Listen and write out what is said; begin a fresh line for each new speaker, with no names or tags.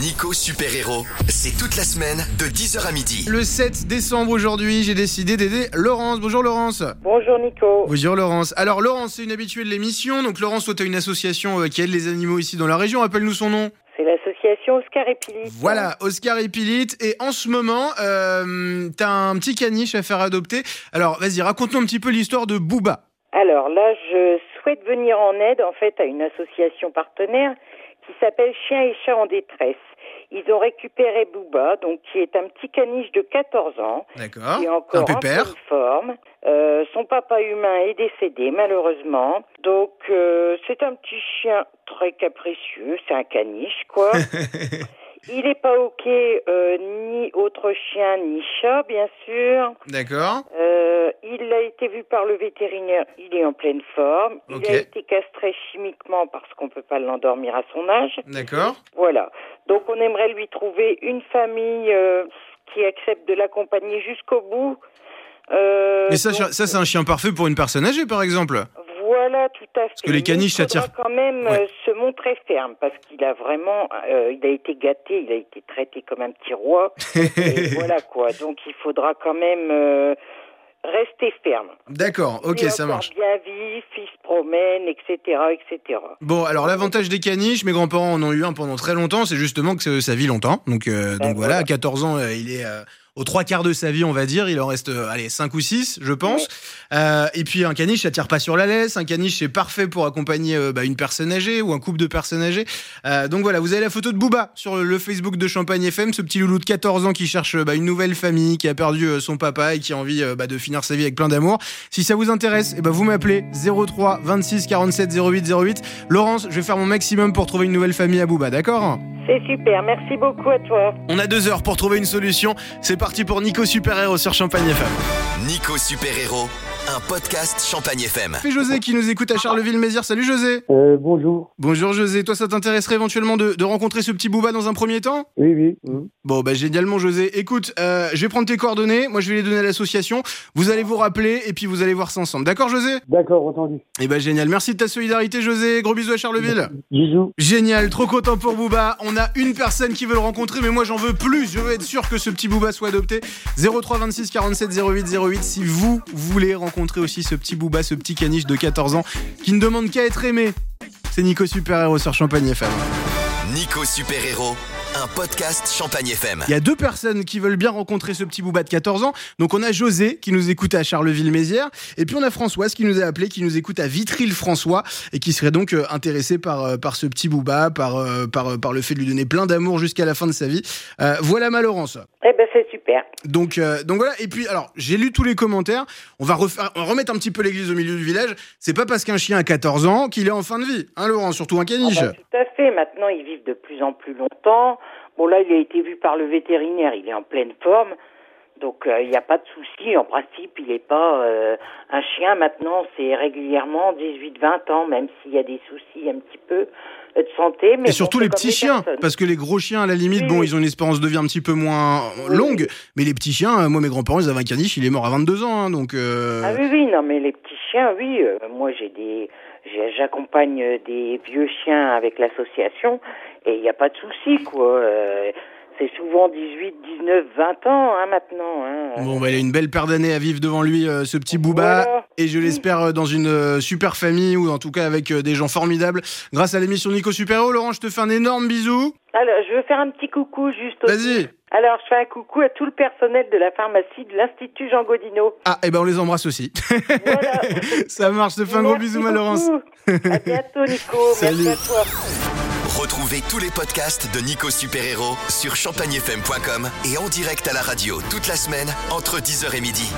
Nico Super Héros, c'est toute la semaine de 10h à midi.
Le 7 décembre aujourd'hui, j'ai décidé d'aider Laurence. Bonjour Laurence.
Bonjour Nico.
Bonjour Laurence. Alors Laurence, c'est une habituée de l'émission. Donc Laurence, toi, tu une association euh, qui aide les animaux ici dans la région. Appelle-nous son nom.
C'est l'association Oscar et Pili.
Voilà, Oscar Epilite. Et en ce moment, euh, t'as un petit caniche à faire adopter. Alors vas-y, raconte-nous un petit peu l'histoire de Booba.
Alors là, je souhaite venir en aide en fait à une association partenaire qui s'appelle Chiens et Chats en détresse. Ils ont récupéré Booba, donc qui est un petit caniche de 14 ans.
D'accord.
qui est
Ah, Un
encore en
pépère.
pleine forme. Euh, son papa humain est décédé malheureusement. Donc euh, c'est un petit chien très capricieux, c'est un caniche quoi. Il n'est pas ok euh, ni autre chien ni chat bien sûr.
D'accord.
Euh, il a été vu par le vétérinaire, il est en pleine forme. Il
Ok.
a été castré chimiquement parce qu'on ne peut pas l'endormir à son âge.
D'accord.
Voilà. Donc on aimerait lui trouver une famille euh, qui accepte de l'accompagner jusqu'au bout. Euh,
Mais ça,
donc,
chi- ça c'est un chien parfait pour une personne âgée, par exemple.
Voilà, tout à fait.
que les
Mais
caniches, ça
il faudra quand même
Ouais.
euh, se montrer ferme parce qu'il a vraiment, euh, il a été gâté, il a été traité comme un petit roi. et voilà quoi. Donc il faudra quand même euh, rester ferme.
D'accord. Ok,
Il est
ça
encore
marche.
Bien vif, il se promène, etc., etc.
Bon, alors l'avantage des caniches, mes grands-parents en ont eu un pendant très longtemps, c'est justement que ça- ça vit longtemps. Donc, euh,
Ben
donc voilà, à
voilà.
14 ans, euh, il est euh, aux trois quarts de sa vie, on va dire. Il en reste, euh, allez, 5 ou 6, je pense. Euh, et puis un caniche, ça tire pas sur la laisse. Un caniche, c'est parfait pour accompagner euh, bah, une personne âgée ou un couple de personnes âgées. Euh, donc voilà, vous avez la photo de Booba sur le- le Facebook de Champagne FM, ce petit loulou de 14 ans qui cherche euh, bah, une nouvelle famille, qui a perdu euh, son papa et qui a envie euh, bah, de finir sa vie avec plein d'amour. Si ça vous intéresse, eh ben vous m'appelez 03 26 47 08 08. Laurence, je vais faire mon maximum pour trouver une nouvelle famille à Booba, d'accord
C'est super. Merci beaucoup à toi.
On a deux heures pour trouver une solution. C'est parti pour Nico Super Héros sur Champagne FM.
Nico Super Héros, un podcast Champagne FM.
C'est José qui nous écoute à Charleville-Mézières. Salut José
Euh, bonjour.
Bonjour José, toi ça t'intéresserait éventuellement de, de rencontrer ce petit Booba dans un premier temps
Oui, oui. mm.
Bon, bah génialement, José. Écoute, euh, je vais prendre tes coordonnées, moi je vais les donner à l'association. Vous allez vous rappeler et puis vous allez voir ça ensemble. D'accord, José
D'accord, entendu.
Eh bah génial. Merci de ta solidarité, José. Gros bisous à Charleville.
Bisous.
Génial, trop content pour Booba. On a une personne qui veut le rencontrer, mais moi j'en veux plus. Je veux être sûr que ce petit Booba soit adopté. 03 26 47 08 08. Si vous voulez rencontrer aussi ce petit Booba, ce petit caniche de 14 ans qui ne demande qu'à être aimé, c'est Nico Super Héros sur Champagne FM.
Nico Super Héros, un podcast Champagne FM.
Il y a deux personnes qui veulent bien rencontrer ce petit Booba de 14 ans. Donc on a José qui nous écoute à Charleville-Mézières et puis on a Françoise qui nous a appelé, qui nous écoute à Vitry-le-François et qui serait donc euh, intéressée par euh, par ce petit Booba, par euh, par euh, par le fait de lui donner plein d'amour jusqu'à la fin de sa vie. Euh, voilà ma Laurence.
Eh ben, c'est super.
Donc euh, donc voilà. Et puis alors j'ai lu tous les commentaires. On va refaire, on va remettre un petit peu l'église au milieu du village. C'est pas parce qu'un chien a 14 ans qu'il est en fin de vie, hein Laurent, surtout un
Ah
caniche.
bah, tout à fait. Maintenant, ils vivent de plus en plus longtemps. Bon, là, il a été vu par le vétérinaire. Il est en pleine forme. Donc, euh, il n'y a pas de souci. En principe, il n'est pas euh, un chien. Maintenant, c'est régulièrement 18-20 ans, même s'il y a des soucis un petit peu euh, de santé. Mais
Et
bon,
surtout
c'est
les
comme
petits chiens,
personnes.
parce que les gros chiens, à la limite,
Oui,
bon,
oui.
ils ont une espérance de vie un petit peu moins euh,
Oui,
longue, mais les petits chiens, euh, moi, mes grands-parents, ils avaient un caniche, il est mort à 22 ans, hein, donc... euh,
Ah oui, oui, non, mais les petits chiens, oui. euh, moi, j'ai des, j'ai- j'accompagne euh, des vieux chiens avec l'association et il n'y a pas de souci, quoi. Euh, c'est souvent 18, 19, 20 ans, hein, maintenant. Hein.
Bon, bah, il a une belle paire d'années à vivre devant lui, euh, ce petit Booba,
Voilà.
et je l'espère euh, dans une euh, super famille, ou en tout cas avec euh, des gens formidables, grâce à l'émission Nico Superhéros. Laurent, je te fais un énorme bisou.
Alors, je veux faire un petit coucou juste aussi.
Vas-y.
Alors, je fais un coucou à tout le personnel de la pharmacie de l'Institut Jean Godino.
Ah, et ben on les embrasse aussi.
Voilà.
Ça marche, je te fais un gros
Merci
bisou, ma Laurence.
beaucoup. À bientôt, Nico.
Salut.
Merci à toi.
Retrouvez tous les podcasts de Nico Super Héros sur champagnefm.com et en direct à la radio toute la semaine entre 10h et midi.